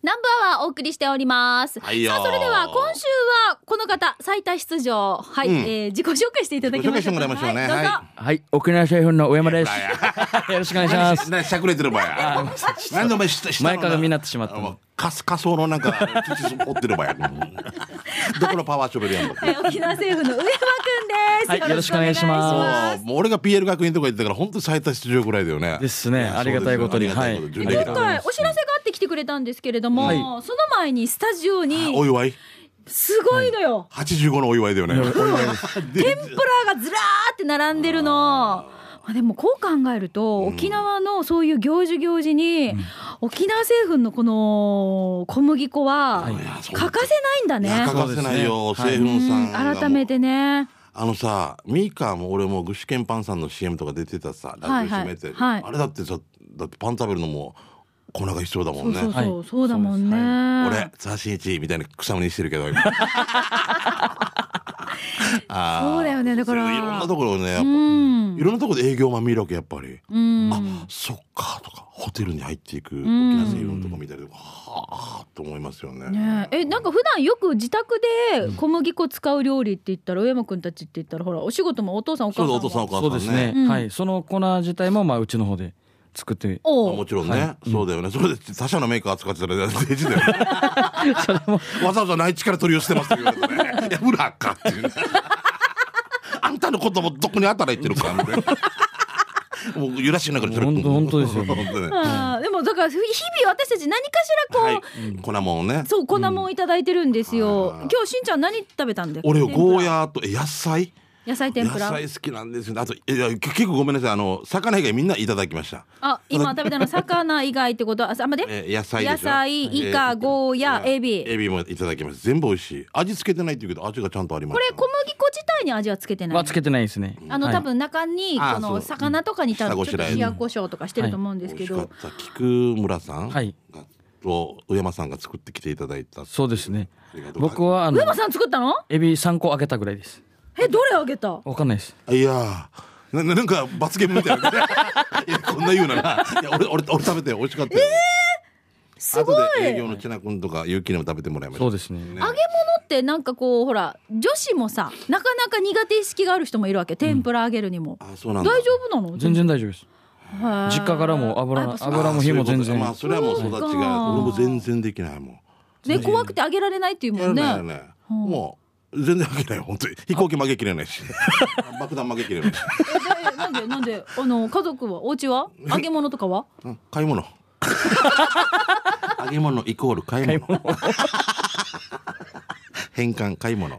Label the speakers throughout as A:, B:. A: 南部アワーお送りしております。
B: はいよ
A: さあ、それでは今週はこの方、最多出場。はい、
B: うん
A: えー自己紹介していただきましょう。
B: 自己紹介してもらいましょうね
A: はい、どうぞ。
B: は
C: はい、沖縄シェフの上山です。
B: いや
C: よろしくお願いします。
B: なしゃくれてる場や。なんでお前下下の
C: 前かがみになってしまった
B: あのかす仮想のなんか土折ってる場や。どこのパワーショベルやんの。
A: はい沖縄政府の上山くんです。
C: はいよろしくお願いします
B: もうもう俺が PL 学院とか行ってたから本当に最多出場ぐらいだよね。
C: ですね
B: いや
C: ありがたいことに
B: そうですよありがたいことに
C: はい
B: 準
A: 今
B: レギュラー
A: 回お知らせがあって来てくれたんですけれども、
C: はい
A: その前にスタジオ
B: お
A: に
B: 祝い
A: すごいのよ、
B: 85のお祝いだよね。
A: 天ぷらがずらーって並んでるのまあでもこう考えると、沖縄のそういう行事行事に、沖縄製粉のこの小麦粉は欠かせないんだね、
B: いや欠かせないよ、
C: そうで
B: セ
C: す
B: フ
C: ね
B: ンさんがもう。
A: 改めてね
B: あのさ、ミーカーも俺も具志堅パンさんの CM とか出てたさ、ラジオ閉めて、
A: はいはい
B: あれだってさ、だってパン食べるのも粉が必要だも
A: そ
B: ん
A: うそ
B: ね。
A: うそう、
C: はい
A: そうだもんね、
B: 俺、ザシイチみたいな草むにしてるけ ど、今あー
A: そうだよねだから
B: そういろんなところをね、やっ
A: う
B: ぱ
A: ん
B: いろんなところで営業マン見るわけ、やっぱり。
A: うん
B: あ、そっか、とか、ホテルに入っていく、沖
A: ん
B: 縄製粉とか見たりとか、はあ、と思いますよね。
A: ねええなんか普段よく自宅で小麦粉使う料理って言ったら上山くんたちって言ったらほらお仕事もお父さんお
B: そ
A: 母
B: うだ、
A: さ
B: お父さ
A: ん
B: んお
A: も
B: 母
C: そうです
B: さんね
C: ね。。
A: うん
C: はい、その粉自体もまあうちの方で作って、
B: あ
A: お
B: も
A: う
B: ちろんね、そうだよね。それで他社のメーカー使ってたら大事だよね。
C: それも
B: わざわざ内地から取り寄せてますって言われてね。いや、裏かって いうね。あんたのこともどこに働いてるか、みたいな。もう揺らしながら
C: ほんとほんとですよ
B: 本当ね。
A: あーでもだから日々私たち何かしらこう、
B: はい。粉もんね。
A: そう粉もんいただいてるんですよ、
B: うん
A: 今日しんちゃん何食べたんだっけ
B: 俺、
A: 天ぷら
B: ゴーヤーと、え野菜
A: 野菜天
B: 野
A: ぷら
B: 菜好きなんですよね。あと、いや、結構ごめんなさい。あの、魚以外みんないただきました。
A: あ今食べたの魚以外ってことはああ待って、
B: えー野菜でしょ
A: 野菜イカ
B: えー
A: ゴーヤ
B: いや
A: エビ
B: エビもいただきます全部美味しい味付けてないって言うけど味がちゃんとあります
A: これ小麦粉自体に味はつけてない、
C: はつけてないですね。
A: あの、
C: はい
A: 多分中に
B: あー
A: こ
B: そ
A: の
B: う
A: 魚とかに多分ちょっと
B: 下ごしらえ
A: 塩コショウとかしてると思うんです
B: 美味
A: け
B: し
A: ど、
B: かった菊村さんが、
C: はい
B: と上山さんが作ってきていただいた
C: そうですね
B: ありが。とうございます
C: 僕はあの
A: 上間さん作ったの
C: エビ三個あげたぐらいです。
A: えどれあげた
C: わかんないです。
B: いやーなななんか罰ゲームみたい ないやこんな言うならいや俺俺俺食べて美味しかったよ、
A: すごい
B: 後で営業の千奈君とかゆうきにも食べてもらいました
C: そうですね。
A: 揚げ物ってなんかこうほら女子もさなかなか苦手意識がある人もいるわけ天ぷら揚げるにも、
B: あそうなん
A: 大
B: だ
A: 丈夫なの
C: 全然大丈夫です。
A: 実
C: 実家からも油の油も火も全然
B: あそういうことまあそれはもう育ち
A: そうか
B: が俺も全然できないもん
A: ね怖くて揚げられないっていう
B: や
A: も
B: ら
A: んね
B: ないよね、もう全然負けないよ本当に飛行機曲げきれない し爆弾曲げきれないし、
A: えなんでなんであの家族はお家 は揚げ物とかは
B: うん、買い 物揚げ物イコール買い物変換買い物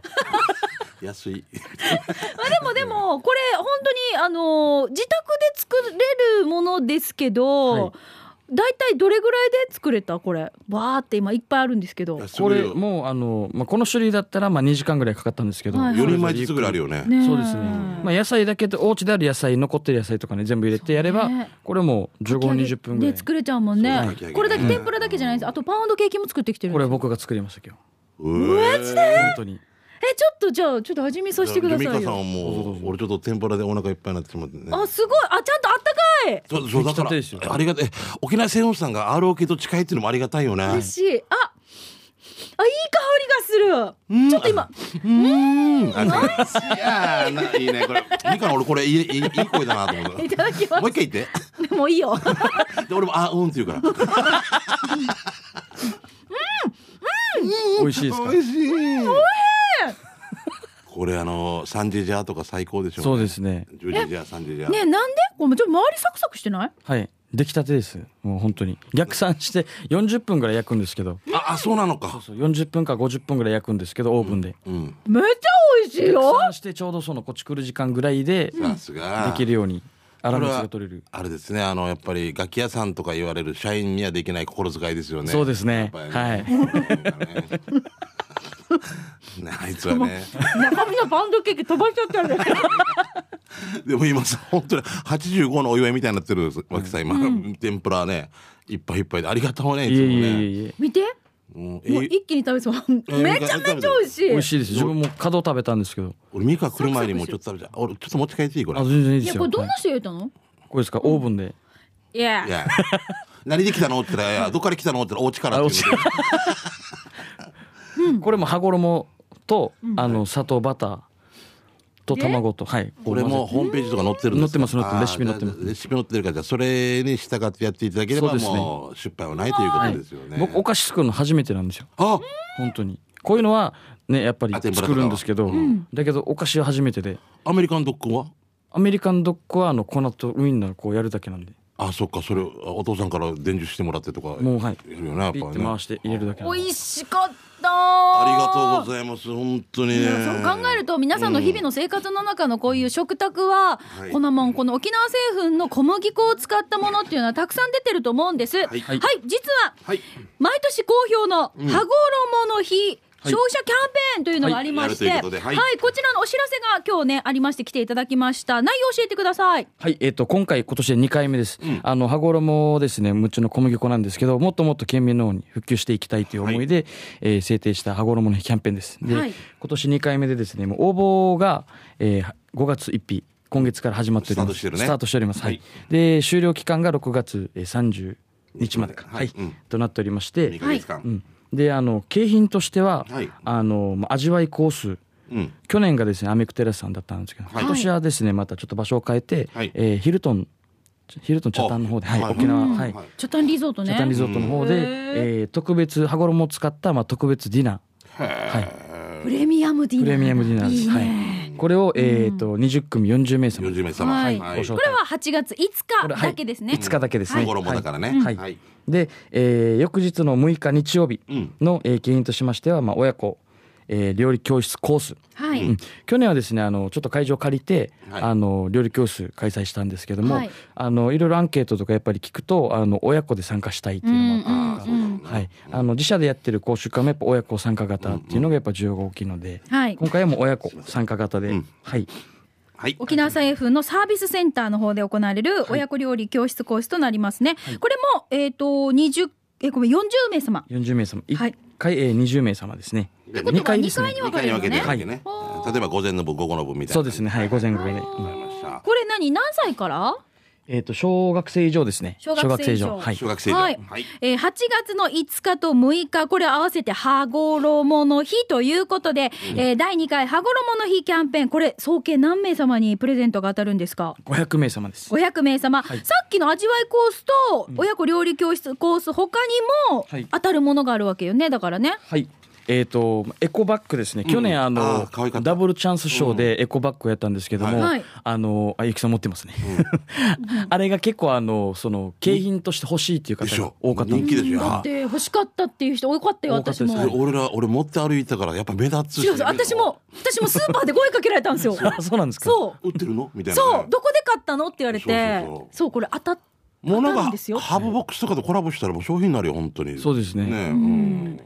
B: 安い
A: まあでもでもこれ本当にあの自宅で作れるものですけ
C: は
A: ど
C: い
A: 大体、どれぐらいで作れたこれわーって今いっぱいあるんですけどね
C: これもうあのまあこの種類だったらまあ二時間ぐらいかかったんですけど。
A: はいはい
B: より前ずつぐらいあるよね
A: え
C: そうですね。まあ野菜だけでお家である野菜残ってる野菜とかね全部入れてやれ
A: そ
C: ば
A: うね
C: これもう15分20分ぐらい
A: で。作れちゃうもんね
B: そうかき揚げ
A: これだけ天ぷらだけじゃないですあとパウンドケーキも作ってきてるん
C: こ
A: で
C: れ
A: す
C: 僕が作りました今日。
B: マジで
C: 本当に。
A: えちょっとじゃあちょっと味見させてくださ
B: ミカ
A: い
B: さんは
A: よ
B: もう俺ちょっと天ぷらでお腹いっぱいになってしまってね
A: あすごいあちゃんとあったかい
B: そうそうだか
C: 出来た
B: ら
C: てですよ
B: ありがたいえ沖縄製音さんが ROK と近いっていうのもありがたいよね
A: 嬉しいああいい香りがするちょっと今
B: うーん。あいやーないいねこれ。ミカの俺これいいいいいい声だなと思った。もう
A: い
B: 一
A: ただきま
B: 回言って。
A: すもういいよ
B: で俺もあうんって言うから。
C: 美味しいですか
B: 美。味しい。これあのサンジェジャーとか最高でしょ。
C: そうですね。
B: ジュージェジャーサンジェジャー。
A: ねえなんでこれちょっと周りサクサクしてない
C: はい。出来たてです。もう本当に。逆算して40分ぐらい焼くんですけど。
B: ああそうなのか。
C: そう40分か50分ぐらい焼くんですけど、オーブンで。
B: うん。
A: めっちゃ美味しい
C: 逆
A: よ
C: 算してちょうどそのこっち来る時間ぐらいで
B: さすが。
C: できるように粗
B: これ
C: 熱
B: は
C: が取れる。
B: あれですねあのやっぱり楽器屋さんとか言われる社員にはできない心遣いですよね。
C: そうですね
B: やっ
C: は
B: ぱ
C: い
B: りね。ねあいつはね。
A: 中身のパウンドケーキ飛ばしちゃったんだよ
B: でも今さ本当に85のお祝いみたいになってるわけさ今、天ぷらねいっぱいいっぱいでありがたうねい
C: い
B: つ
C: え
B: も
C: いえ
B: ね
C: いえいえ。
A: 見て
B: うん
A: もう
B: え
A: 一気に食べそうめちゃめちゃ美味しい
C: 美味しいです。自分も角食べたんですけど。
B: 俺ミカ来る前にもうちょっと食べちゃう俺ちょっと持ち帰っていいこれ
C: あ、全然いい
A: い
C: で
A: や
C: す
A: これ
C: よ。
A: どん
C: は
A: ない人入れたの
C: これですか、オーブンで。
A: いや
B: いや何で来たのって言ったらい や「どっから来たの?」って言ったら「お家から」って言うの
C: これも羽衣と、あの砂糖バターと卵とはい
B: これもホームページとか載ってるんです
C: 載ってます載ってますレシピ載ってます
B: すレシピ載ってるからじゃあそれに従ってやっていただければ
C: そうですね
B: もう失敗はないということですよね
C: 僕お菓子作るの初めてなんですよ
B: あ
C: 本当にこういうのはねやっぱり
B: あ天ぷらとか
C: 作
B: は
C: るんですけど、だけどお菓子は初めてで
B: アメリカンドッグは
C: アメリカンドッグはあの粉とウインナーこうやるだけなんで
B: あそっかそれお父さんから伝授してもらってとか
C: もうはい
B: いるよねやっぱ
C: ピ
B: り
C: ッて
B: ね
C: 回して入れるだけなんで
A: 美味しかった
B: あり
A: あ
B: がとうございます本当にね
A: そう考えると皆さんの日々の生活の中のこういう食卓は、
B: はい
A: このもんこの沖縄製粉の小麦粉を使ったものっていうのはたくさん出てると思うんです。はい、
B: い
A: 実は
B: はい
A: 毎年好評の羽衣の日、消費者キャンペーンというのがありまして、
B: はい
A: は
B: や
A: い、
B: るということではい
A: こちらのお知らせが今日ねありまして来ていただきました。内容教えてください。
C: はい、えっ、と、今回、今年で2回目です。あの、羽衣ですね、無知の小麦粉なんですけど、もっともっと県民の方に復旧していきたいという思いで、えー制定した羽衣の日キャンペーンです。で、
A: はい
C: 今年2回目でですね、もう応募が、えー5月1日、今月から始まっております。
B: スタートしてるね
C: スタートしております。はい。で、終了期間が6月えー30日までか。
B: は
C: はいい。
B: うん
C: となっておりまし
B: 2
C: て、
B: ヶ月間
C: うん。で、あの、景品としては、
B: はい
C: あの、まあ味わいコース、
B: うん
C: 去年がですねアメクテラスさんだったんですけど、
B: はい
C: 今年はですねまたちょっと場所を変えて、
B: はい
C: えーヒルトンヒルトン北端の方で、はい
B: はい
C: 沖縄、
B: うん
C: はい
B: はい
A: チャタンリゾートね。
C: 北端リゾートの方で、
A: うん
C: えー特別羽衣を使った、まあ、特別ディナー、はい、
A: プレミアムディナー。
C: プレミアムディナーです
A: いい
C: は
A: ね。
C: い、これを、えー、と20組40名様
B: 40名様
A: はい
B: はい
C: ご招
A: これは8月5日だけですね。
C: 5日だけですね、
B: はい衣だからね
C: はい
B: はい
C: で、えー翌日の6日日曜日の、えー原因としましては、まあ、親子、えー料理教室コース
A: はい。
C: うん去年はですねあのちょっと会場借りて、
B: はい
C: あの料理教室開催したんですけども、
A: はい
C: い、あのいろいろアンケートとかやっぱり聞くとあの親子で参加したいっていうのもあったりとか、はい、あの自社でやってる講習会もやっぱ親子参加型っていうのがやっぱ需要が大きいので、
A: はい
C: 今回はもう親子参加型で、はい、
B: はい
A: 沖縄政府のサービスセンターの方で行われる親子料理教室講師となりますね。これもえっ、と20えごめん40名様。
C: 40名様1
A: はい
C: 回、えー、20名様ですね。
B: で
A: こと
C: 二
A: は
C: 回
A: 2
C: ですね
A: 回に分
B: 2
A: か
B: 回
A: れ
B: に
A: るの
B: 分けて
A: ね。
B: るわけね
A: は
B: 例えば午前の部午後の部みたいな
C: そうですねはい午前午後で、うん
B: わかりました
A: これ何何歳から？
C: えっ、と小学生以上ですね。
A: 小学生以上
C: はい
B: 小学生以上
A: はい
B: はい
A: えー、8月の5日と6日、これ合わせて羽衣の日ということで、えー第2回羽衣の日キャンペーン、これ総計何名様にプレゼントが当たるんですか
C: 500名様です。
A: 500名様、さっきの味わいコースと親子料理教室コース他にも
C: はい
A: 当たるものがあるわけよねだからね
C: はい。えー、とエコバッグですね、去年あの
B: あー可愛かった
C: ダブルチャンスショーでエコバッグをやったんですけども、
A: はい
C: あのあゆきさん持ってますね、 あれが結構あのその景品として欲しいっていう方
B: でし
C: が
B: ょ
C: 多かったん
B: 人
C: で
B: 気
C: す
B: ですよ
A: だって欲しかったっていう人多かったよ
C: 多かっ
A: 私
C: たです
A: も
B: あ俺ら俺持って歩いてたからやっぱ目立つし
A: 違う私も私もスーパーで声かけられたんですよ
C: あ そうなんですか
A: そう
B: 売ってるのみたいなね
A: そうどこで買ったのって言われて
B: そうそうそう
A: そうこれ当たっ
B: もう
A: 当た
B: な
A: るん
B: ん
A: ですよ
B: かハーブボックスとかとコラボしたらもう商品になるよ本当に
C: そうですね
B: ねうん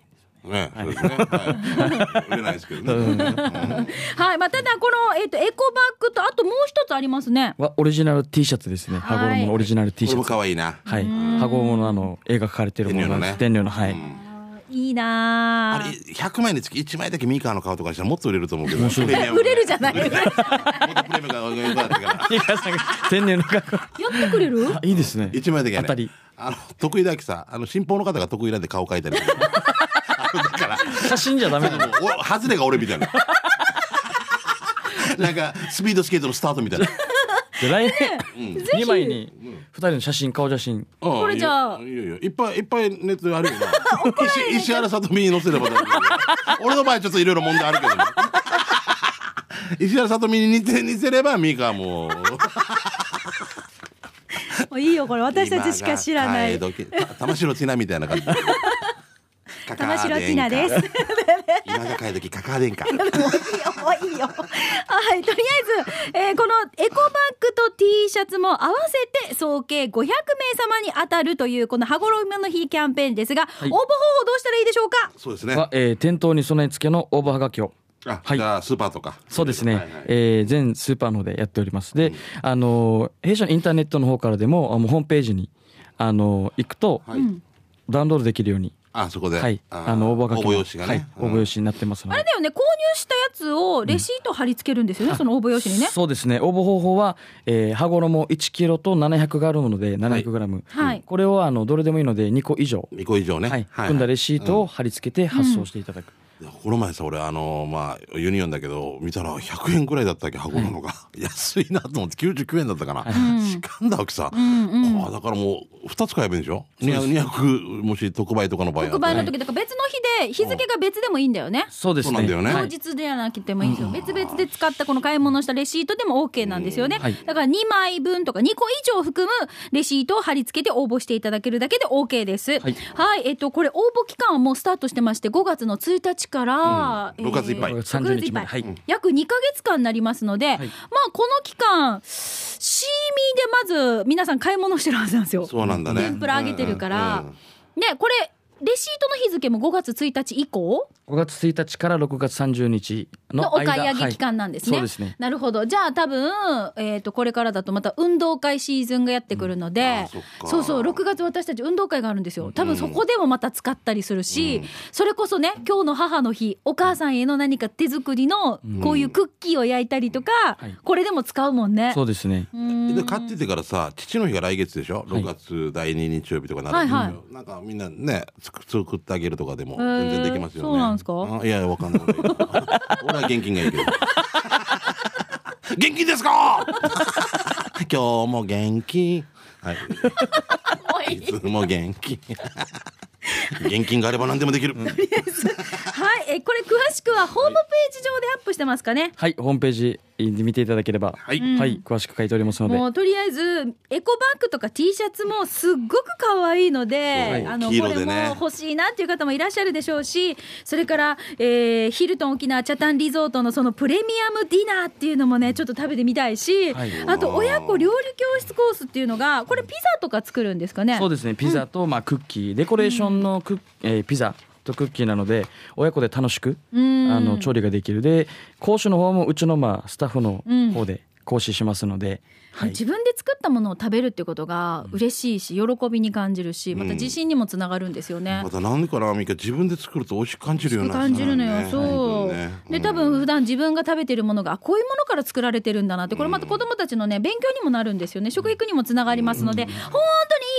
B: ねそうですねはい売れないですけどね
A: はい、まあ、ただ、この、えっ、と、エコバッグと、あともう一つありますね。
C: はオリジナル T シャツですね
A: はい
C: 羽衣のオリジナル T
B: こ
C: シ
B: れ
C: ャ
B: も
C: ツ
B: 可愛いな
C: はい羽衣のあの絵が描かれてるものなんです
B: 天
C: 天領の,、はい、
A: いいな
B: あれ
A: ぁ。
B: 100枚につき1枚だけミカの顔とかにしたらもっと売れると思うけどプレミアム
A: 売れるじゃない。やっ
B: もっとプレミアムが良かったから
C: いやなんか天領の格好
A: てくれる。
C: いいですね
B: 一枚だけ、ね、
C: 当たり
B: あの得意だけさあの新報の方が得意なんで顔描いたりするだから
C: 写真じゃダメだ
B: もうお外れが俺 みたいななんかスピードスケートのスタートみた いな
C: で来年2枚に2人の写真顔写真
B: こ
A: れじゃあ
B: いいよいいよいっぱいいっぱいネットであるよ な石石原さとみに載せれば大丈夫だよ俺の場合ちょっといろいろ問題あるけ どね石原さとみに似て似せればミカも
A: もういいよ、これ、私たちしか知らない。
B: 今が帰る時た玉城ティナみたいな感じ
A: 玉城ティナです。
B: 今が帰る時カカア殿下
A: もういいよ、もういいよ。はい、とりあえず、えーこのエコバッグと T シャツも合わせて総計500名様に当たるというこの羽衣の日キャンペーンですが、
C: い
A: 応募方法どうしたらいいでしょうか。
B: そうですね
C: は、えー店頭に備え付けの応募はがきを。
B: あ、
C: はい
B: じゃあスーパーとか
C: そうですね、
B: はいはい
C: えー全スーパーの方でやっておりますで、あのー弊社のインターネットの方からでもあもうホームページに、あのー行くと
B: はい
C: ダウンロードできるように
B: あそこで。
C: はい、
B: ー
C: あの応募がけ
B: 応募用紙がね。
C: はい、応募用紙になってますので
A: あれだよね、購入したやつをレシート貼り付けるんですよね、その応募用紙にね。
C: そうですね応募方法は、えー、羽衣1キロと700があるので 700g、
A: はい
C: これをあのどれでもいいので2個以上、
B: うん二個以上ね。
C: はい含んだレシートを貼り付けて発送していただく、
B: この前さ俺あのまあユニオンだけど見たら100円くらいだったっけ箱なのが、安いなと思って99円だったかな、しかんだわけさ、ああだからもう2つ買えばいいんでしょ200 200もし特売とかの場合は
A: 特売の時とか別の日で日付が別でもいいんだよね。
C: そうです
B: そうなん
C: ね
B: だよね
A: 当日ではなくてもいいんですよ。別々で使ったこの買い物したレシートでも OK なんですよね。
C: はい
A: だから2枚分とか2個以上含むレシートを貼り付けて応募していただけるだけで OK です。は
C: はいい。
A: えっと、これ応募期間はもうスタートしてまして、5月の1日から、
B: うん6月いっぱい
A: えー
C: 30日まで
A: 6
C: はい
A: うん約2ヶ月間になりますので、まあこの期間、シーミーでまず皆さん買い物してるはずなんですよ。
B: そうなんだね
A: 天ぷら揚げてるから。
B: うんうん
A: で、これ、レシートの日付も5月1日以降
C: 5月1日から6月30日の
A: のお
C: 間
A: 買い上げ期間なんですね。
C: はい、そうですね
A: なるほど。じゃあ多分、えっ、と、これからだとまた運動会シーズンがやってくるので
B: あ、そっか
A: そうそう、6月私たち運動会があるんですよ。多分そこでもまた使ったりするし、それこそね、今日の母の日、お母さんへの何か手作りの、こういうクッキーを焼いたりとか、
C: はい
A: これでも使うもんね。
C: そうですね
B: で買っててからさ父の日が来月でしょ、6月第2日曜日とかなる
A: はい
B: ん
A: はい
B: なんかみんなねつく作ってあげるとかでも
A: へー
B: 全然できますよね
A: そうなんですか
B: あいやわかんない俺俺 は現金がいいけど現金ですか今日も現金はい
A: おい
B: いつも 現金現金があれば何でもできる、
A: はい、えこれ詳しくはホームページ上でアップしてますかね。
C: はいホームページで見ていただければ
B: はい
C: はい、詳しく書いておりますので
A: もうとりあえずエコバッグとか T シャツもすっごく可愛いので、
B: そう
A: あの、
B: 黄
A: こ
B: 色
A: れ
B: でね
A: も欲しいなっていう方もいらっしゃるでしょうしそれから、えーヒルトン沖縄北谷リゾートのそのプレミアムディナーっていうのもねちょっと食べてみたいし、
C: はい
A: あと親子料理教室コースっていうのがこれピザとか作るんですかね
C: そうですねピザとまあクッキーデコレーションのクッ、えーピザとクッキーなので親子で楽しくあ
A: ん
C: の調理ができるで講師の方もうちのまあスタッフの方で講師しますので、はい
A: 自分で作ったものを食べるっていうことが嬉しいし喜びに感じるしまた自信にもつながるんですよね。
B: また何でかなみか自分で作ると美味しく感じるようにな
A: 感じるのよ、
B: ね
A: そう、
B: ね
A: で多分普段自分が食べてるものがあこういうものから作られてるんだなってこれまた子どもたちのね勉強にもなるんですよね食育にもつながりますので、本当に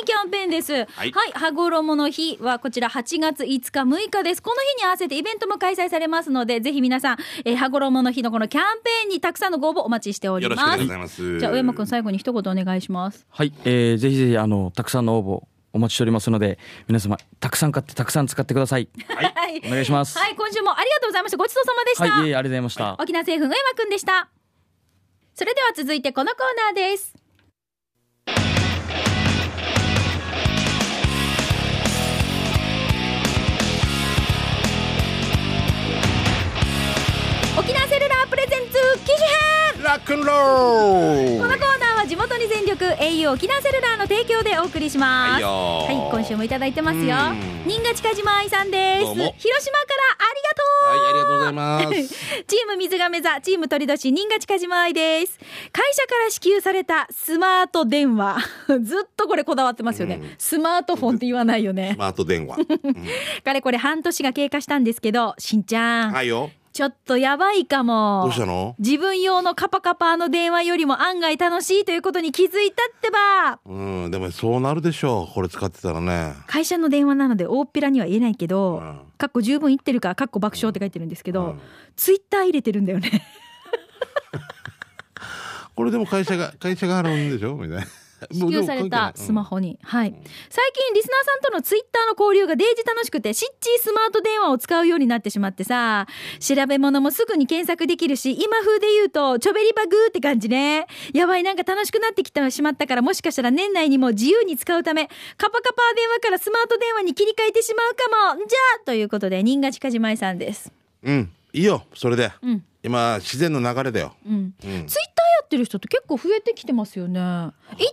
A: いいキャンペーンですはい、
B: い
A: 羽衣の日はこちら8月5日6日ですこの日に合わせてイベントも開催されますのでぜひ皆さん、えー、羽衣の日のこのキャンペーンにたくさんのご応募お待ちしており
B: よろしくお
A: ま
B: 願い
A: す
B: します
A: じゃあ上間君最後に一言お願いします
C: はい、えーぜひぜひあのたくさんの応募お待ちしておりますので皆様たくさん買ってたくさん使ってください。
A: はい
C: お願いします
A: はい今週もありがとうございましたごちそうさまでした、
C: はい、いえいえありがとうございました。
A: 沖縄製粉上間くんでしたそれでは続いてこのコーナーです沖縄セルラープレゼンツ記事編
B: ラックンロール
A: このコーナーは地元に全力 au 沖縄セルラーの提供でお送りしま
B: は
A: す
B: いよ
A: は
B: ー
A: い今週もいただいてますよ
B: うん
A: 新賀近島愛さんです
B: どう
A: 広島から
B: も
A: ありがとう
B: はい、ありがとうございます。
A: チーム水亀座、チーム鳥年、新賀近島愛です。会社から支給されたスマート電話。 ずっとこれこだわってますよね。スマートフォンって言わないよね
B: ス。マート電 話。
A: かれこれ半年が経過したんですけど、しんちゃん、
B: はいよ。
A: ちょっとやばいかも。
B: どうしたの
A: 自分用のカパカパの電話よりも案外楽しいということに気づいたってば。
B: うん、でもそうなるでしょう。これ使ってたらね。
A: 会社の電話なので大っぴらには言えないけど、
B: うん
A: かっこ十分言ってるから、かっこ爆笑って書いてるんですけど、
B: うん
A: ツイッター入れてるんだよね。
B: これでも会 社が、会社があるんでしょみたいな。
A: 支給されたスマホに、はい、最近リスナーさんとのツイッターの交流がデージ楽しくてシッチースマート電話を使うようになってしまってさ調べ物もすぐに検索できるし今風で言うとちょべりバグーって感じねやばいなんか楽しくなってきてしまったからもしかしたら年内にも自由に使うためカパカパ電話からスマート電話に切り替えてしまうかもじゃあということで新賀近島井さんです、
B: うん。うん。いいよ。それで。今、自然の流れだよ。
A: うん、ツイッタ
B: う
A: ーや。
B: ん
A: ってる人って結構増えてきてますよね一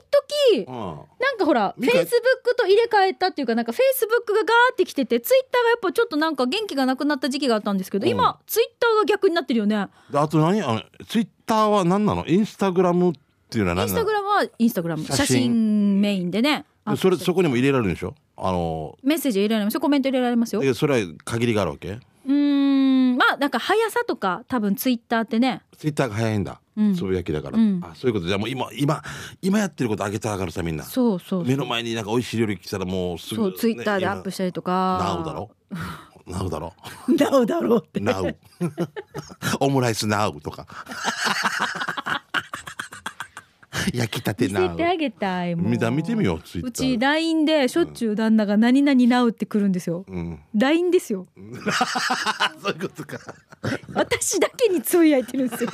A: 時
B: うん。
A: なんかほら、フェイ
B: 見
A: スブ
B: 返
A: ックと入れ替えたっていうか、なんかフェイスブックがガーってきてて、ツイッターがやっぱちょっとなんか元気がなくなった時期があったんですけど、今、ツイッターが逆になってるよね。
B: であと何あの、ツイッターは何なのインスタグラムっていうの
A: イ
B: は
A: ン
B: 何
A: ス
B: な
A: タ
B: の
A: グラムはインスタグラム、写
B: 写真
A: 真メインでね。あ
B: それそこにも入れられるんでしょあの
A: メッセージ入れられますよコメント入れられますよ
B: だけどそれは限りがあるわけ
A: うーんまあなんか速さとか多分ツイッターってね
B: ツイッターが早いんだ、
A: うん
B: つぶやきだから、
A: うん
B: あそういうことじゃあもう今今今やってることあげたからさみんな
A: そうそう
B: 目の前になんか美味しい料理来たらもうすぐ、
A: そうツイッターでアップ
B: し
A: したりと
B: な
A: か
B: うだろなう だろ
A: なおだろうって
B: なうオムライスなうとか焼きたて
A: 見
B: な
A: せ
B: う
A: てあげたいもう
B: 見た見てみようツイッター
A: うち LINE でしょっちゅう旦那が「何々なう」って来るんですよ
B: うん
A: LINE ですよ
B: そういうことか
A: 私だけにつぶやいてるんですよ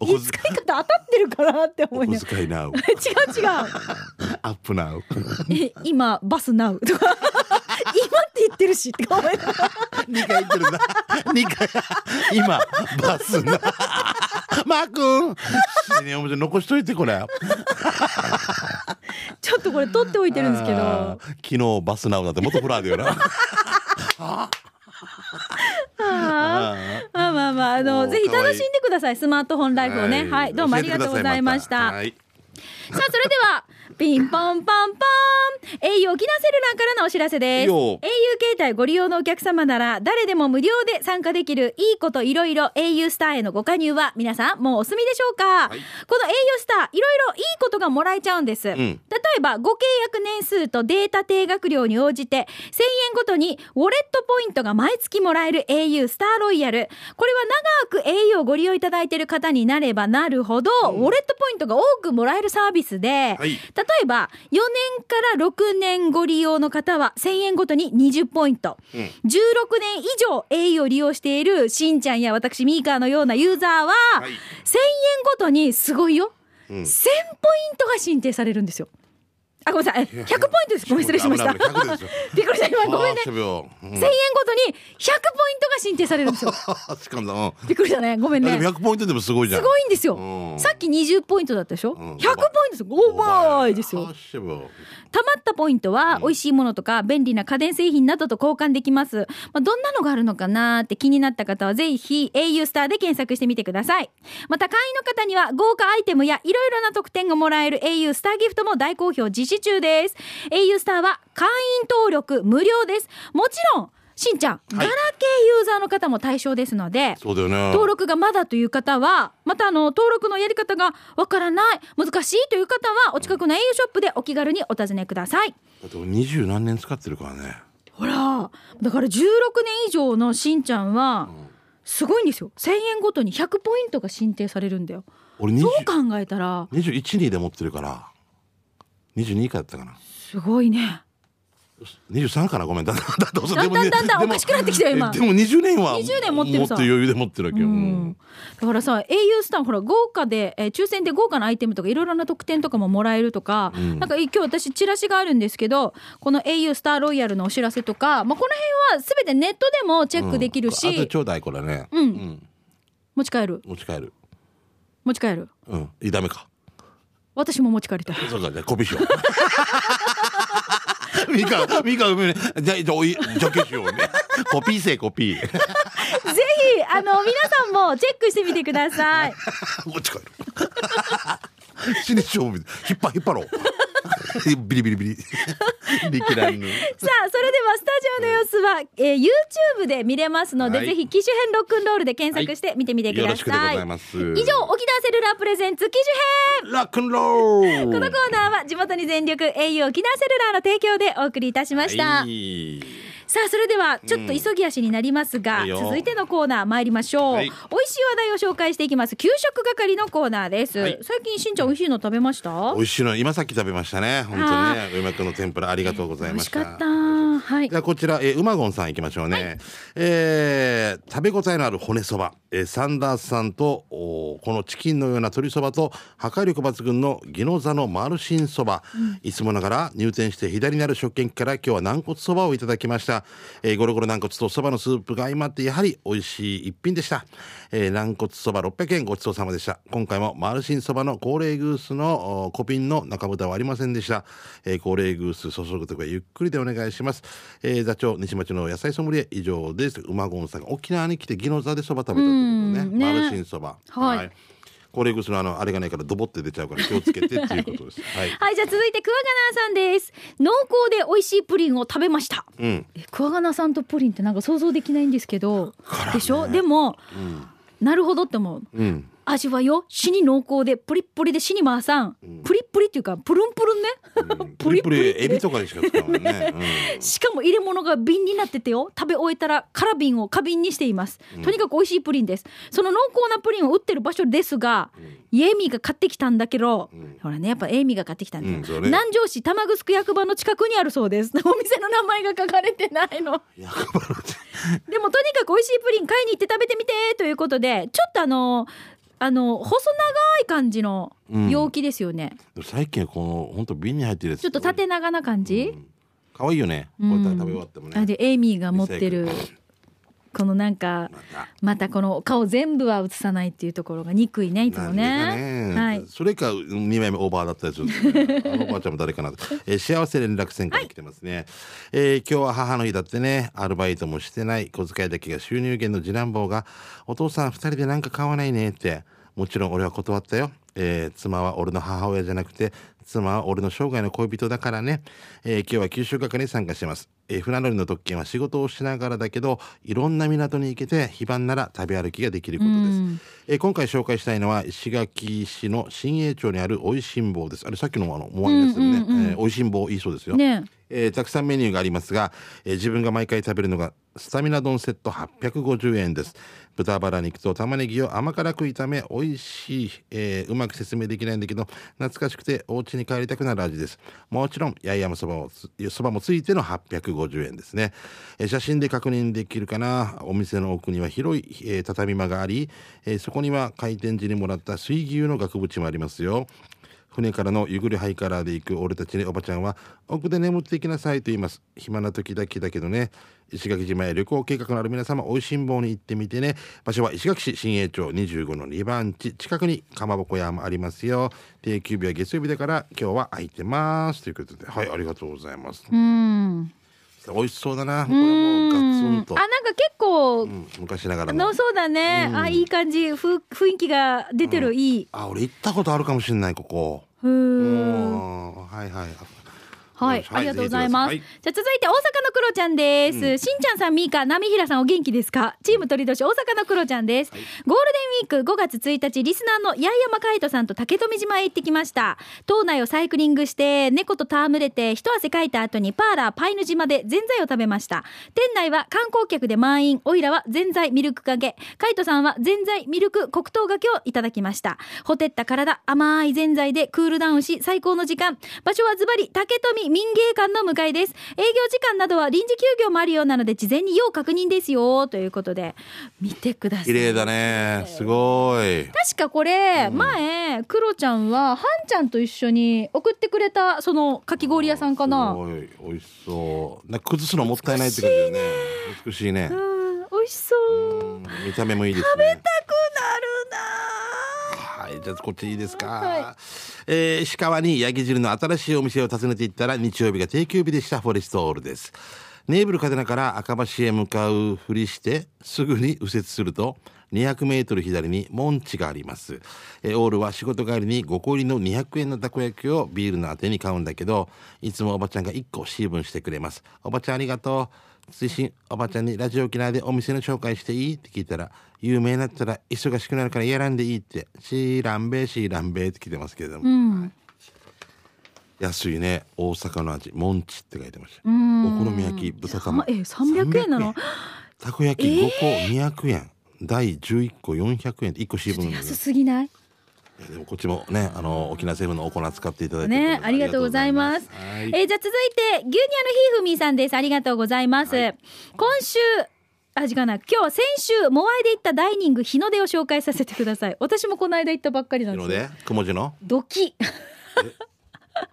B: お
A: 言
B: 小
A: い
B: 遣
A: 使い方当たってるかなって思い
B: い
A: な
B: お
A: が
B: 小遣いなう
A: ら違う違う
B: アップなう
A: え今バスナウ とか今って言ってるしとか思いながら
B: 二回言ってるな二回今バ スなマー君死におもちゃ残しといてこれ
A: ちょっとこれ取っておいてるんですけ
B: あ
A: ど
B: ー昨日バスなうだって元フラーだよ な
A: あー
B: あー
A: まあまあまああ
B: お
A: の
B: ー
A: ぜひ
B: かわ
A: 楽
B: いい
A: しんでくださいスマートフォンライフをねはいどうもありがとうございまし
B: 教えてくださ
A: た
B: いはい
A: さあそれではピンポンパンパン au 沖縄セルラーからのお知らせです
B: いい
A: au
B: よ
A: 携帯ご利用のお客様なら誰でも無料で参加できるいいこといろいろ au スターへのご加入は皆さんもうお済みでしょうか、
B: い
A: この au スターいろいろいいことがもらえちゃうんです、
B: ん
A: 例えばご契約年数とデータ定額量に応じて1000円ごとにウォレットポイントが毎月もらえる au スターロイヤルこれは長く au をご利用いただいている方になればなるほど、ウォレットポイントが多くもらえるサービスで、
B: はい
A: 例えば4年から6年ご利用の方は1000円ごとに20ポイント、16年以上 au を利用しているしんちゃんや私ミーカーのようなユーザーは、
B: は
A: 1000
B: い
A: 円ごとにすごいよ、
B: うん
A: 1000ポイントが申請されるんですよ。あ、ごめんなさい。100ポイントです。ごめん、失礼しました。
B: 危ない危ない100ですよ
A: びっくりした。今、ごめんね。
B: あ
A: 1000円
B: ー1000秒うん
A: ごとに100ポイントが申請されるんですよ。
B: しかもだ、うん
A: びっくりしたね。ごめん
B: で
A: ね
B: も。100ポイントでもすごいじゃ
A: す
B: ん
A: ごいんですよ
B: う。ん
A: さっき20ポイントだったでしょ ?100
B: ん
A: ポイントですよ。オーバーですよ
B: あ。しぼ
A: 溜まったポイントは美味しいものとか便利な家電製品などと交換できます、まあ、どんなのがあるのかなって気になった方はぜひ au スターで検索してみてくださいまた会員の方には豪華アイテムやいろいろな特典がもらえる au スターギフトも大好評実施中です au スターは会員登録無料ですもちろんしんちゃん、ガラケーユーザーの方も対象ですので
B: そうだよね
A: 登録がまだという方はまたあの登録のやり方がわからない難しいという方はお近くの au ショップでお気軽にお尋ねください
B: だって二十何年使ってるからね
A: ほらだから16年以上のしんちゃんはすごいんですよ1000円ごとに100ポイントが申請されるんだよ
B: 俺
A: そ
B: 20
A: う考えたら
B: 21にで持ってるから22以下だったかな
A: すごいね
B: 23かなごめんだ んだんだんだん遅い
A: だんだん
B: でも
A: だんだん
B: でも
A: おかしくなってきたよ今
B: えでも20年は
A: 20年持ってるさ
B: もっと余裕で持ってるわけよ、
A: うんだからさ au スターほら豪華で、えー抽選で豪華なアイテムとかいろいろな特典とかももらえるとか、なんかえ今日私チラシがあるんですけどこの au スターロイヤルのお知らせとか、まあ、この辺は全てネットでもチェックできるし、
B: あとちょうだいこれね、
A: うん
B: うん
A: 持ち帰る
B: 持ち帰る
A: 持ち帰る
B: うんいいダメか
A: 私も持ち帰 りたい
B: そうかじゃあコピーしよう ミカミカごめんねじゃあじゃあおいじゃけしようねコピーせえコピー
A: ぜひあの皆さんもチェックしてみてください
B: 持ち帰る死ねしょうみたい引っ張引っ張ろうビリビリビリ力乱ぬ
A: さあそれではスタジオの様子は、えー YouTube で見れますので、
B: はい
A: ぜひ機種編ロックンロールで検索して見てみてく
B: よろ
A: だ
B: しくでご
A: さい,、
B: ざいます
A: 以上沖縄セルラープレゼンツ機種編
B: ラックンロール
A: このコーナーは地元に全力 au 沖縄セルラーの提供でお送りいたしました、
B: はい
A: さあそれではちょっと急ぎ足になりますが、
B: いいよ
A: 続いてのコーナー参りましょう、
B: はい
A: 美味しい話題を紹介していきます給食係のコーナーです、
B: はい
A: 最近しんちゃん美味しいの食べました
B: 美味しいの今さっき食べましたね本当にねうまくの天ぷらありがとうござい
A: 美
B: ま
A: 味
B: し
A: しか
B: た
A: ったはい
B: じゃあこちら、えー、うまごんさん行きましょうね、えー食べ応えのある骨そば、えーサンダースさんとおーこのチキンのような鶏そばと破壊力抜群のギノザのマルシンそば、いつもながら入店して左にある食券機から今日は軟骨そばをいただきました、えーゴロゴロ軟骨とそばのスープが相まってやはり美味しい一品でした、えー軟骨そば600円ごちそうさまでした今回もマルシンそばの高齢グースのお小瓶の中豚はありませんでした、えー、高齢グース注ぐとかゆっくりでお願いします、えー座長西町の野菜ソムリエ以上です馬ゴンさんが沖縄に来てギノザでそば食べたということね
A: うんね
B: マルシンそば
A: はい
B: 高齢グスのあのあれがないからドボって出ちゃうから気をつけてっていうこと です。はい。
A: はい、じゃあ続いてクワガナーさんです。濃厚で美味しいプリンを食べました。
B: うん。
A: えクワガナーさんとプリンってなんか想像できないんですけど、でしょでも、なるほどって思う。
B: うん。
A: 味はよ死に濃厚でプリップリで死に回さん、プリップリっていうかプルンプルンね、
B: プリプリ
A: って
B: エビとかにしか使わないね。
A: しかも入れ物が瓶になっててよ食べ終えたら空瓶を花瓶にしていますとにかく美味しいプリンですその濃厚なプリンを売ってる場所ですが、エイミーが買ってきたんだけど、ほらねやっぱエイミーが買ってきたんだよ、
B: うんそうね
A: 南城市玉城役場の近くにあるそうですお店の名前が書かれてない の
B: うん。役場の
A: でもとにかく美味しいプリン買いに行って食べてみてということでちょっとあのあの細長い感じの容器ですよね、
B: 最近はこの本当瓶に入ってるやつ。
A: ちょっと縦長な感じ、
B: 可愛いよね。こうやって食べ終わっても
A: あ
B: ね。
A: でエイミーが持ってるこのなんかまたこの顔全部は映さないっていうところが憎いねいつも
B: なん
A: ね
B: でか
A: はい
B: それか2枚目オーバーだ ったりするんですよねあのおばあちゃんも誰かな、えー幸せ連絡船から来てますね、えー今日は母の日だってねアルバイトもしてない小遣いだけが収入源の次男坊が「お父さん2人で何か買わないね」ってもちろん俺は断ったよ、えー妻は俺の母親じゃなくて妻は俺の生涯の恋人だからね、えー今日は九州学に参加してます、えー船乗りの特権は仕事をしながらだけどいろんな港に行けて非番なら食べ歩きができることです、えー今回紹介したいのは石垣市の新栄町にあるおいしん坊ですあれさっきのあのモアイですよね、えーおいしん坊いいそうですよ、
A: ね
B: えーたくさんメニューがありますが、えー自分が毎回食べるのがスタミナ丼セット850円です豚バラ肉と玉ねぎを甘辛く炒め美味しい、えーうまく説明できないんだけど懐かしくてお家に帰りたくなる味ですもちろん八重山そばをつそばもついての850円ですね、えー写真で確認できるかなお店の奥には広い、えー畳間があり、えーそこには開店時にもらった水牛の額縁もありますよ船からのゆぐりハイカラーで行く俺たちにおばちゃんは奥で眠っていきなさいと言います暇な時だけだけどね石垣島へ旅行計画のある皆様おいしん坊に行ってみてね場所は石垣市新栄町25の2番地近くにかまぼこ屋もありますよ定休日は月曜日だから今日は空いてますということではいありがとうございます
A: うん
B: 美味しそうだなこれもうガツン
A: あ
B: と、
A: なんか結構
B: うん、昔ながらの
A: のそうだねあいい感じふ雰囲気が出てるいい
B: あ俺行ったことあるかもしれないここ
A: ふー
B: うんはいはい
A: はい、ありがとうございます。
B: はい
A: じゃあ続いて大阪のクロちゃんです。しんちゃんさん、みーか、なみひらさんお元気ですかチーム鳥年、大阪のクロちゃんです。ゴールデンウィーク5月1日、リスナーの八重山海人さんと竹富島へ行ってきました。島内をサイクリングして、猫と戯れて、一汗かいた後にパーラーパイヌ島でぜんざいを食べました。店内は観光客で満員、おいらはぜんざいミルクかけ、海人さんはぜんざいミルク黒糖がけをいただきました。ほてった体、甘いぜんざいでクールダウンし、最高の時間。場所はズバリ、竹富民芸館の向かいです。営業時間などは臨時休業もあるようなので、事前に要確認ですよ、ということで。見てください。
B: 綺麗だねすごい
A: 確かこれ、前、クロちゃんは、ハンちゃんと一緒に送ってくれた、その、かき氷屋さんか
B: す
A: な。
B: ごい美味しそうなんか崩すのもったいないって感じだよね美しいね
A: うん、美味しそう。
B: うん見た目もいいですね
A: 痛くなるなあ
B: はいじゃあこっちいいですか、
A: は
B: えー石川にヤギ汁の新しいお店を訪ねていったら日曜日が定休日でしたフォレストオールですネーブルカデナから赤橋へ向かうふりしてすぐに右折すると200メートル左に門地があります、えーオールは仕事帰りに5個入りの200円のたこ焼きをビールのあてに買うんだけどいつもおばちゃんが1個シーブンしてくれますおばちゃんありがとう追伸おばちゃんにラジオ沖縄でお店の紹介していいって聞いたら有名になったら忙しくなるからやらんでいいってシーランベイシーランベイって来てますけれども、はい安いね大阪の味モンチって書いてましたお好み焼き豚玉
A: え300円なの
B: たこ焼き5個200円、第11個400円1個シーブンで,、ね、
A: 安すぎない
B: でもこっちもねあの沖縄セブンのお粉使っていただいてる
A: ね
B: こ、で
A: ありがとうございます。
B: は
A: え
B: い
A: ーじゃあ続いて、牛乳のひーふみーさんです。ありがとうございます。今週、あ、違うな。今日、先週、モアイで行ったダイニング、日の出を紹介させてください。私もこの間行ったばっかりなん
B: な
A: で
B: の
A: すよ。
B: でくも字の
A: ドキ。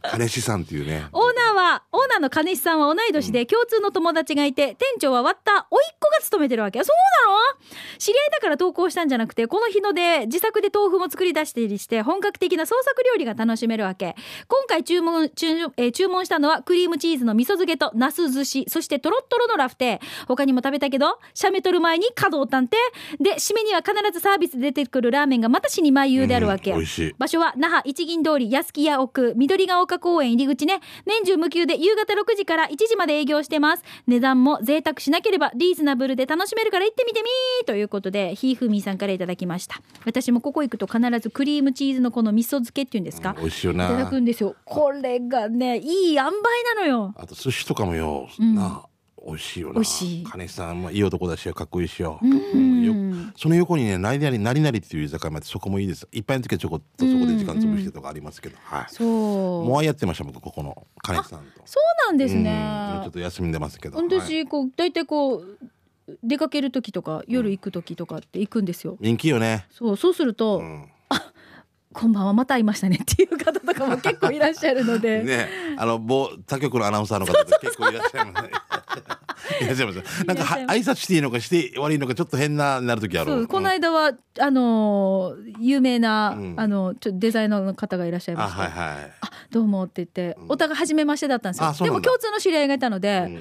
B: 彼氏さんっていうね
A: オーナーはオーナーの金石さんは同い年で共通の友達がいて、店長は割った甥っ子が勤めてるわけそうなの知り合いだから投稿したんじゃなくてこの日ので自作で豆腐も作り出したりして本格的な創作料理が楽しめるわけ今回注文注,、えー注文したのはクリームチーズの味噌漬けとナス寿司そしてとろっとろのラフテー他にも食べたけどシャメ取る前に角を探偵で締めには必ずサービスで出てくるラーメンがまた死に眉優であるわけ、
B: うん美味しい
A: 場所は那覇一銀通り安木屋奥緑ヶ丘公園入り口ね年中無休で夕方6時から1時まで営業してます値段も贅沢しなければリーズナブルで楽しめるから行ってみてみーということでひーふーみーさんからいただきました私もここ行くと必ずクリームチーズのこの味噌漬けっていうんですか、
B: 美味しいよ
A: いただ
B: な
A: くんですよこれがねいい塩梅なのよ
B: あと寿司とかもよ、なあ美味しいよな
A: 美味しい
B: 金石さんもいい男だしよかっこいいしよ,、
A: ん
B: よその横にね何々何々っていう居酒屋もあってそこもいいですいっぱいの時はちょこっとそこで時間潰してとかありますけど、はい
A: そう
B: もうやってました僕ここの金石さんと
A: そうなんです
B: うんちょ
A: ね
B: っと休んでますけどはい
A: 私こう大体こう出かける時とか夜行く時とかって行くんですよ、
B: 人気よね、
A: そうそうすると、
B: うん、
A: こんばんはまた会いましたねっていう方とかも結構いらっしゃるので、
B: ねあの某他局のアナウンサーの方で結構いらっしゃ いますねいらっしゃいますなんかは挨拶していいのかして悪いのかちょっと変なになる時ある
A: そうこの
B: うん
A: 間は、あのー有名な、
B: うん
A: あのちょデザイナーの方がいらっしゃい
B: あ
A: ました、
B: はいはい
A: あどうもって言って、お互い初めましてだったんですよ
B: あそう
A: で
B: なんだ
A: も共通の知り合いがいたので、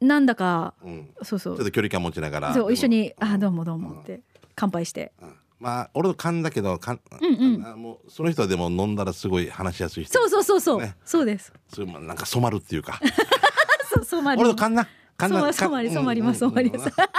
A: なんだか
B: うんうん
A: そうそ
B: ちょっ
A: う
B: と距離感持ちながら
A: そう一緒に「
B: でも
A: あどうもどうも」って乾杯して
B: うんまあ俺の勘だけど勘、
A: んうん
B: あもうその人はでも飲んだらすごい話しやすい人
A: そうそうそうそう、
B: ね
A: そうです
B: そういうなんか染まるってい うか
A: そうそうまり
B: 俺の勘な勘な
A: そう染まり
B: 勘
A: 染まります
B: うん
A: 染まります
B: うん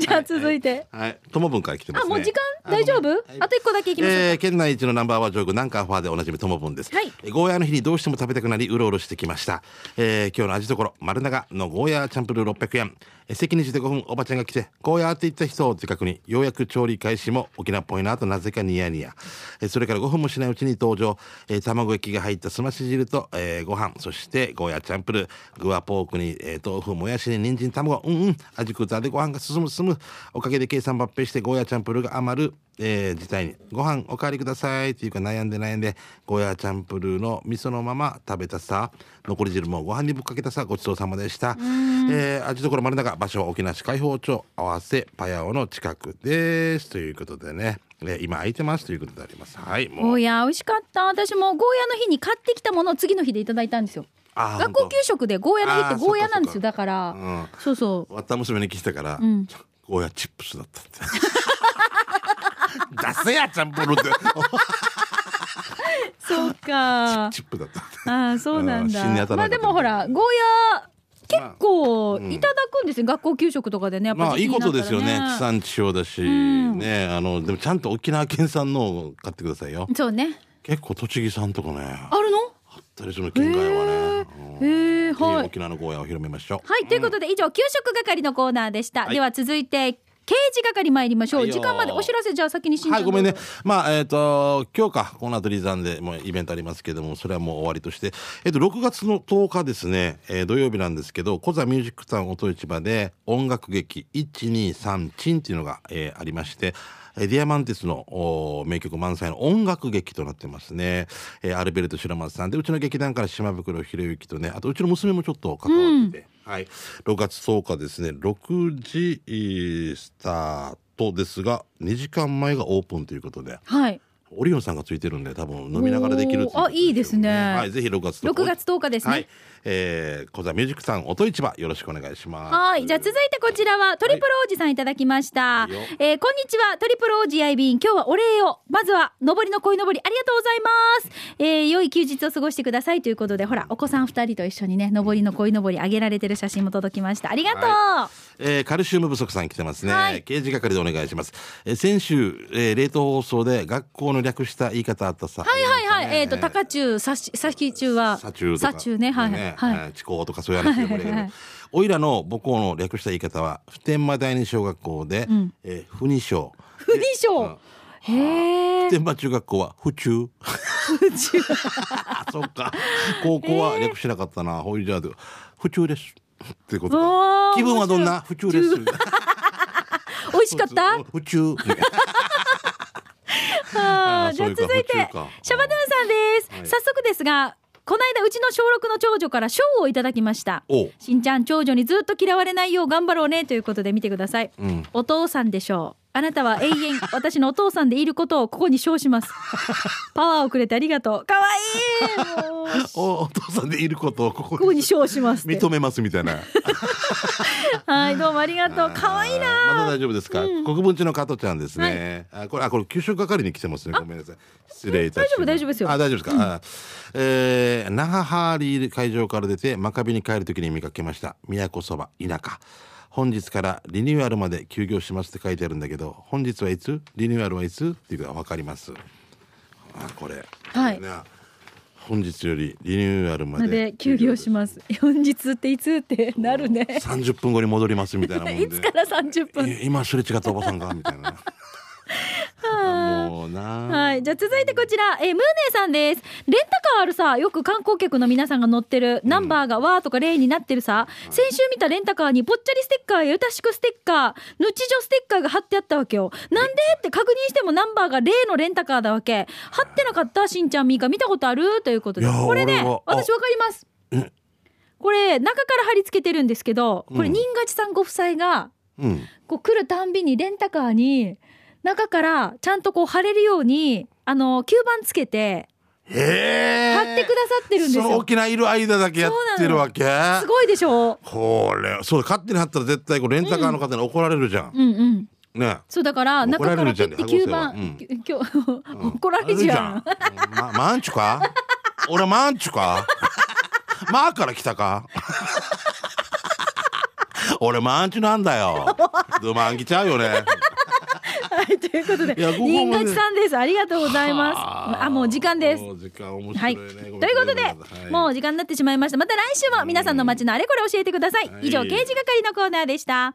A: じゃあ続いて、
B: はい友文から来てます
A: あ
B: ね
A: もう時間大丈夫あ,、
B: はい
A: と一個だけいきましょうか、
B: えー県内一のナンバーワンジョーク南川ファーでおなじみともぶんです、
A: はい
B: えーゴーヤーの日にどうしても食べたくなりうろうろしてきました、えー今日の味どころ丸長のゴーヤーチャンプルー600円、えー席に15分おばちゃんが来てゴーヤーって言った人を自覚にようやく調理開始も沖縄っぽいなとなぜかニヤニヤ、えーそれから5分もしないうちに登場、えー卵液が入ったすまし汁と、えーご飯そしてゴーヤーチャンプルー具はポークに、えー豆腐もやしに人参卵うんうん味くたでご飯が進む進むおかげで計算抜兵してゴーヤーチャンプルーが余るえー事態に「ご飯おかわりください」っていうか悩んで悩んでゴーヤーチャンプルーの味噌のまま食べたさ残り汁もご飯にぶっかけたさごちそうさまでした、えー味どころ丸中場所は沖縄市海放町合わせパヤオの近くですということでね、えー今空いてますということでありますはいも
A: ゴー
B: う
A: ヤー美味しかった私もゴーヤーの日に買ってきたものを次の日でいただいたんですよ
B: あー
A: 学校
B: 本当
A: 給食でゴーヤーの日ってゴーヤーなんですよ
B: あーそ
A: だから、
B: うん
A: そうそう
B: 割った娘に聞いたから、ゴーヤーチップスだった って出せやチャンプ ルーって
A: そう かあ
B: チップだったって
A: あーそうなん
B: うん芯に
A: だ
B: 当たらなかった
A: まあでもほらゴーヤー結構いただくんですね、学校給食とかでねやっ
B: ま
A: ぱ
B: あ
A: り、
B: いいことですよね地
A: ね
B: 産地消だし、ねあのでもちゃんと沖縄県産のを買ってくださいよ
A: そうね
B: 結構栃木産とかねあ
A: あるの
B: ったりするの県外はね、うん
A: へえはい
B: いい沖縄のゴーヤを広めましょう
A: はい、ということで以上給食係のコーナーでした、
B: い
A: では続いて刑事係参りましょう、
B: はいよ
A: 時間までお知らせじゃあ先にしんちゃん
B: はい、ごめんね
A: どうぞ。
B: まあ、えっ、と、今日か、この後リザンで、もうイベントありますけれども、それはもう終わりとして、えっ、と、6月の10日ですね、えー土曜日なんですけど、コザミュージックタウン音市場で、音楽劇123チンっていうのが、えーありまして、えーディアマンティスのおー名曲満載の音楽劇となってますね。えーアルベルト・白松さんで、うちの劇団から島袋博之とね、あとうちの娘もちょっと関わってて、はい、6月10日ですね6時えースタートですが2時間前がオープンということで
A: はい
B: オリオンさんがついてるんで多分飲みながらできるとうこと
A: おーあいいですね
B: はい、ぜひ6月10日
A: 6月10日ですね
B: はいえー、小座ミュージックさん音市場よろしくお願いします
A: はい。じゃあ続いてこちらはトリプル王子さんいただきました。
B: いよ
A: えーこんにちは。トリプル王子愛便。今日はお礼を。まずは、上りの恋上り、ありがとうございます。えー良い休日を過ごしてくださいということで、ほら、お子さん二人と一緒にね、上りの恋上り、あげられてる写真も届きました。ありがとう。
B: えーカルシウム不足さん来てますね、
A: はい
B: 刑事係でお願いします、えー先週、えー、冷凍放送で学校の略した言い方あったさはい
A: はいはい。えっ、と、高中、さし、さき中は、
B: 砂中とか。
A: 砂中ね。はい、はい。
B: えー地高とかそういう話で盛り上がる
A: はいはい
B: おいらの母校の略した言い方は、普天間第二小学校で、えー不二小。
A: 不二賞。へえ
B: 普。天間中学校は府中。あ、 そっか。高校は略しなかったな。ほいじゃあ、府中です。ってこと
A: おー。
B: か気分はどんな府中です。
A: 美味しかった
B: 府中。
A: あ
B: あー
A: じゃあ
B: そういう
A: 続
B: か
A: いて
B: 補充か
A: シャバドゥンさんです、
B: はい
A: 早速ですがこの間うちの小6の長女から賞をいただきました
B: おう
A: しんちゃん長女にずっと嫌われないよう頑張ろうねということで見てください、
B: うん
A: お父さんでしょうあなたは永 遠私のお父さんでいることをここに称しますパワーをくれてありがとうかわいいもう
B: おお父さんでいることをこ
A: こ
B: こ
A: こに称しますって
B: 認めますみたいな。
A: はいどうもありがとうかわいいな
B: あーまだ大丈夫ですか。国分寺の加藤ちゃんですね。あ、これ、あ、これ給食係に来てますね。ごめんなさい。失礼いたしま
A: 大
B: す。
A: 丈夫大丈夫ですよ
B: あ、大丈夫ですか。あーえー那覇ハーリー会場から出て、真壁に帰るときに見かけました。宮古そば、田舎。本日からリニューアルまで休業しますって書いてあるんだけど、本日はいつ、リニューアルはいつっていうのはわかります。あ、これ。
A: はい
B: これな本日よりリニューアルま
A: の
B: で
A: で休業します本日っていつってなるね
B: す。三十分後に戻りますみたいなもんで。
A: いつから30分
B: い今すれ違ったおばさんがみたいなもうな
A: はい、じゃあ続いてこちら、えームーネーさんです。レンタカーあるさ、よく観光客の皆さんが乗ってる、ナンバーがわーとか例になってるさ、先週見たレンタカーにぽっちゃりステッカーやゆたしくステッカー、ぬちじょステッカーが貼ってあったわけよ。なんでって確認してもナンバーが例のレンタカーだわけ。貼ってなかったしんちゃんみーか見たことあるということで。
B: いやー
A: これね、
B: 俺はあ
A: 私わかります。これ、中から貼り付けてるんですけど、これ、
B: うん
A: 新勝さんご夫妻が、
B: うん
A: こう来るたんびにレンタカーに中からちゃんとこう貼れるようにあの吸盤つけて
B: へえ
A: 貼ってくださってるんです
B: その
A: よ
B: 大。きないる間だけやってるわけ
A: すごいでしょ。
B: これそう勝手に貼ったら絶対こうレンタカーの方に怒られるじゃん、
A: うんうん。
B: ね
A: そうだから中
B: 怒ら
A: から
B: れるじ
A: 切
B: ゃ
A: っ
B: ん
A: て吸
B: う
A: 盤
B: ん
A: き 今日怒られるじゃん。
B: あるじゃんまマンチュか俺マンチュかマーから来たか 俺マンチュなんだ よドマンギちゃうよね
A: はいということで
B: いやごめん
A: 銀河ちさんですありがとうございます。
B: は
A: あもう時間です。
B: もう時間面
A: は
B: 白
A: い、
B: い
A: と
B: ね
A: い
B: ご
A: うこ
B: めんなさい
A: とで、
B: はい
A: もう時間になってしまいましたまた来週も皆さんの街のあれこれ教えてください、
B: はい
A: 以上刑事係のコーナーでした